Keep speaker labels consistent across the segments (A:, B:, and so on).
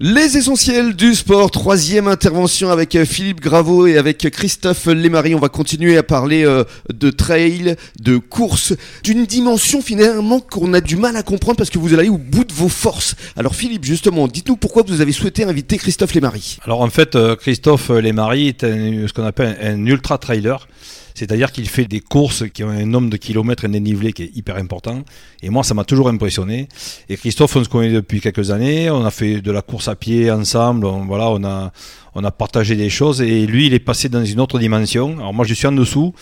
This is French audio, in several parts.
A: Les essentiels du sport, troisième intervention avec euh, Philippe Graveau et avec Christophe Lémarie. On va continuer à parler euh, de trail, de course, d'une dimension finalement qu'on a du mal à comprendre parce que vous allez au bout de vos forces. Alors Philippe, justement, dites-nous pourquoi vous avez souhaité inviter Christophe Lémarie.
B: Alors en fait, euh, Christophe Lémarie est un- ce qu'on appelle un, un ultra-trailer. C'est-à-dire qu'il fait des courses qui ont un nombre de kilomètres et un dénivelé qui est hyper important. Et moi, ça m'a toujours impressionné. Et Christophe, on se connaît depuis quelques années. On a fait de la course à pied ensemble. On, voilà, on a, on a partagé des choses. Et lui, il est passé dans une autre dimension. Alors moi, je suis en dessous.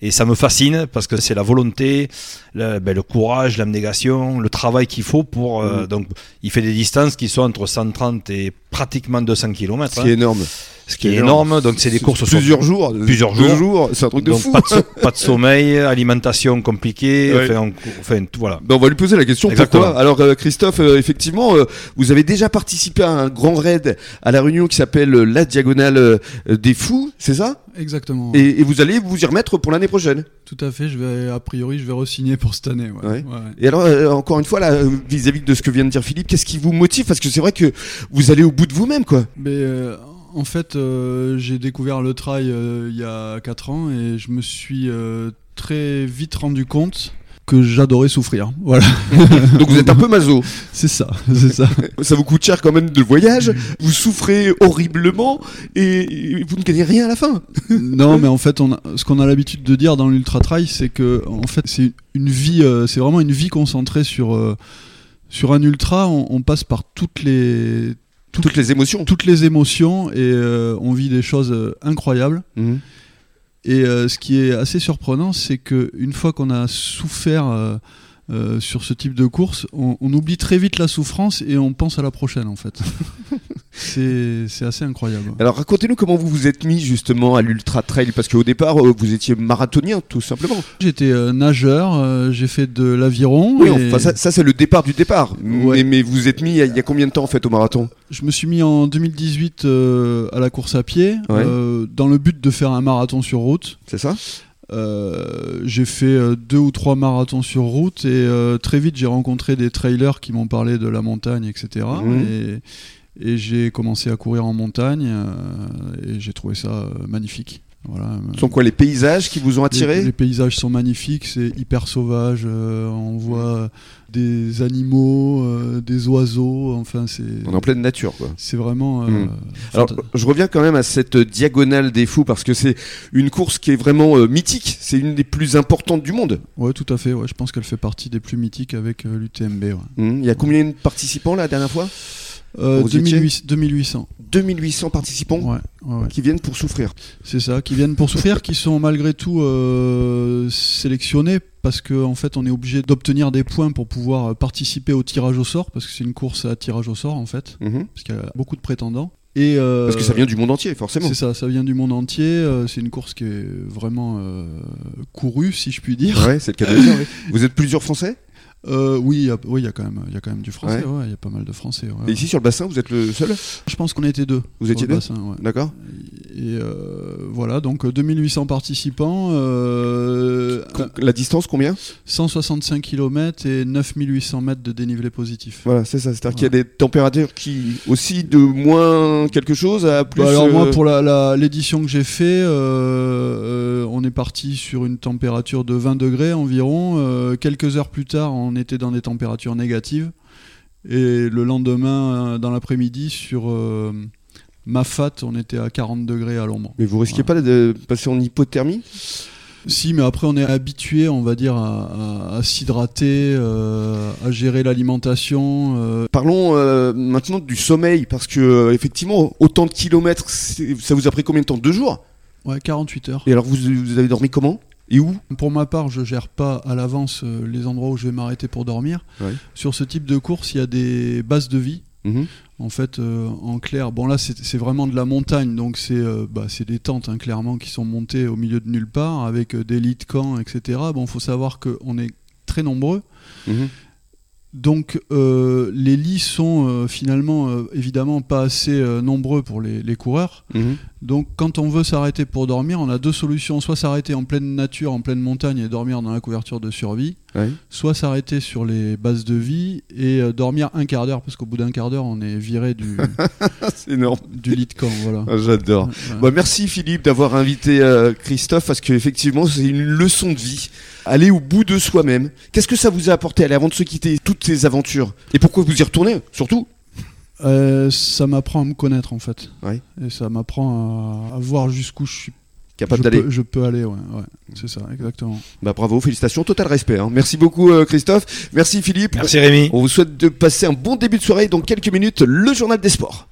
B: Et ça me fascine parce que c'est la volonté, le, ben, le courage, l'abnégation, le travail qu'il faut pour. euh, Donc, il fait des distances qui sont entre 130 et pratiquement 200 km.
A: C'est énorme.
B: ce hein. qui est énorme. Donc, c'est des courses sur
A: plusieurs jours. euh,
B: plusieurs
A: deux
B: jours.
A: C'est un truc de
B: donc
A: fou.
B: Pas, de so- pas de sommeil, alimentation compliquée,
A: Ouais.
B: enfin, on- enfin, tout, voilà.
A: Ben, on va lui poser la question
B: Exactement.
A: pourquoi. Alors euh, Christophe, euh, effectivement, euh, vous avez déjà participé à un grand raid à la Réunion qui s'appelle euh, la Diagonale euh, des Fous, c'est ça
C: Exactement.
A: et, et vous allez vous y remettre pour l'année prochaine.
C: Tout à fait. Je vais, a priori, je vais re-signer pour cette année. ouais.
A: Ouais.
C: Ouais, ouais.
A: Et alors, euh, encore une fois, là, euh, vis-à-vis de ce que vient de dire Philippe, qu'est-ce qui vous motive Parce que c'est vrai que vous allez au bout de vous-même, quoi.
C: Mais euh, en fait, euh, j'ai découvert le trail euh, il y a 4 ans et je me suis euh, très vite rendu compte que j'adorais souffrir. Voilà,
A: Donc vous êtes un peu maso.
C: c'est ça, c'est ça.
A: Ça vous coûte cher quand même de voyage. Vous souffrez horriblement et et vous ne gagnez rien à la fin.
C: non, mais en fait, on a- ce qu'on a l'habitude de dire dans l'ultra trail, c'est que en fait, c'est une vie, euh, c'est vraiment une vie concentrée sur euh, sur un ultra. On, on passe par toutes les
A: Toutes les émotions.
C: toutes les émotions et euh, on vit des choses euh, incroyables.
A: Mhm.
C: Et euh, ce qui est assez surprenant, c'est que une fois qu'on a souffert euh, euh, sur ce type de course, on, on oublie très vite la souffrance et on pense à la prochaine en fait. c'est c'est assez incroyable.
A: Alors racontez-nous comment vous vous êtes mis justement à l'ultra trail parce qu'au départ euh, vous étiez marathonien tout simplement.
C: J'étais euh, nageur, euh, j'ai fait de l'aviron.
A: Oui,
C: et
A: enfin ça, ça, c'est le départ du départ. Mais,
C: Ouais.
A: mais vous êtes mis il y a- il y a combien de temps en fait au marathon
C: Je me suis mis en 2018 euh, à la course à pied
A: Ouais.
C: euh, dans le but de faire un marathon sur route.
A: C'est ça
C: Euh, j'ai fait euh, deux ou trois marathons sur route et euh, très vite j'ai rencontré des trailers qui m'ont parlé de la montagne, etc.
A: Mhm.
C: Et, et j'ai commencé à courir en montagne euh, et j'ai trouvé ça euh, magnifique. Voilà.
A: Ce sont quoi les paysages qui vous ont
C: Les, les
A: attiré
C: paysages sont magnifiques, c'est hyper sauvage. euh, on voit des animaux, euh, des oiseaux. Enfin, c'est
A: On est en pleine nature quoi.
C: c'est vraiment. euh,
A: Mhm. Alors,
C: fanta-
A: je reviens quand même à cette diagonale des fous parce que c'est une course qui est vraiment euh, mythique. C'est une des plus importantes du monde.
C: ouais, tout à fait. Ouais, je pense qu'elle fait partie des plus mythiques avec euh, l'UTMB. ouais.
A: Hmm, Il y a combien de participants là, la dernière fois
C: Euh,
A: Vous étiez
C: 2800 2800.
A: 2800 participants
C: Ouais, ouais, ouais.
A: qui viennent pour souffrir.
C: C'est ça, qui viennent pour souffrir, qui sont malgré tout euh, sélectionnés parce qu'en en fait on est obligé d'obtenir des points pour pouvoir euh, participer au tirage au sort parce que c'est une course à tirage au sort en fait
A: Mhm.
C: parce qu'il y a beaucoup de prétendants. Et euh,
A: Parce que ça vient du monde entier, forcément.
C: C'est ça, ça vient du monde entier. euh, c'est une course qui est vraiment euh, courue si je puis dire.
A: Ouais, c'est le cas de le dire, ouais. Vous êtes plusieurs Français
C: Euh, oui, il y a- oui, il y a quand même, il y a quand même du français.
A: Ouais.
C: ouais, Il y a pas mal de français. ouais.
A: Et ici sur le bassin, vous êtes le seul
C: Je pense qu'on était deux.
A: Vous
C: sur
A: étiez
C: le
A: deux
C: bassin, ouais.
A: D'accord
C: Et euh, voilà, donc 2800 participants. euh,
A: Com- La distance, combien
C: 165 km et 9800 mètres de dénivelé positif.
A: Voilà, c'est ça. C'est-à-dire qu'il y a des températures qui aussi de moins quelque chose à plus.
C: Bah alors moi
A: euh,
C: pour la- la- l'édition que j'ai fait, euh, euh, on est parti sur une température de 20 degrés environ. Euh, quelques heures plus tard, on était dans des températures négatives. Et le lendemain, euh, dans l'après-midi, sur euh, Mafat, on était à 40 degrés à l'ombre.
A: Mais vous risquez pas de passer en hypothermie
C: Si, mais après on est habitué, on va dire, à, à- à s'hydrater, euh, à gérer l'alimentation. euh,
A: Parlons euh, maintenant du sommeil, parce que euh, effectivement, autant de kilomètres, c'est- ça vous a pris combien de temps Deux jours
C: ouais, 48 heures.
A: Et alors vous, vous avez dormi comment Et où
C: Pour ma part, je gère pas à l'avance euh, les endroits où je vais m'arrêter pour dormir.
A: Ouais.
C: Sur ce type de course, il y a des bases de vie.
A: Mhm.
C: En fait, euh, en clair, bon là, c'est c'est vraiment de la montagne, donc c'est euh, bah, c'est des tentes, hein, clairement, qui sont montées au milieu de nulle part, avec euh, des lits de camp, etc. Bon, faut savoir qu'on est très nombreux.
A: Mhm.
C: Donc euh, les lits sont euh, finalement euh, évidemment pas assez euh, nombreux pour les, les coureurs.
A: Mhm.
C: Donc quand on veut s'arrêter pour dormir, on a deux solutions, soit s'arrêter en pleine nature, en pleine montagne et dormir dans la couverture de survie,
A: Ouais.
C: soit s'arrêter sur les bases de vie et euh, dormir un quart d'heure, parce qu'au bout d'un quart d'heure, on est viré du,
A: Ah, C'est énorme.
C: du lit de camp. Voilà.
A: Ah, J'adore.
C: Voilà.
A: Bah, merci Philippe d'avoir invité euh, Christophe parce qu'effectivement c'est une leçon de vie. Aller au bout de soi-même. Qu'est-ce que ça vous a apporté allez, avant de se quitter toutes ces aventures Et pourquoi vous y retournez surtout
C: Euh, ça m'apprend à me connaître en fait.
A: Ouais.
C: Et ça m'apprend à, à voir jusqu'où je suis.
A: Capable
C: je
A: d'aller.
C: peux, je peux aller, ouais, ouais. c'est ça, exactement.
A: Bah, bravo, félicitations, total respect. hein. Merci beaucoup euh, Christophe. Merci Philippe.
B: Merci Rémi.
A: On vous souhaite de passer un bon début de soirée. Dans quelques minutes, le journal des sports.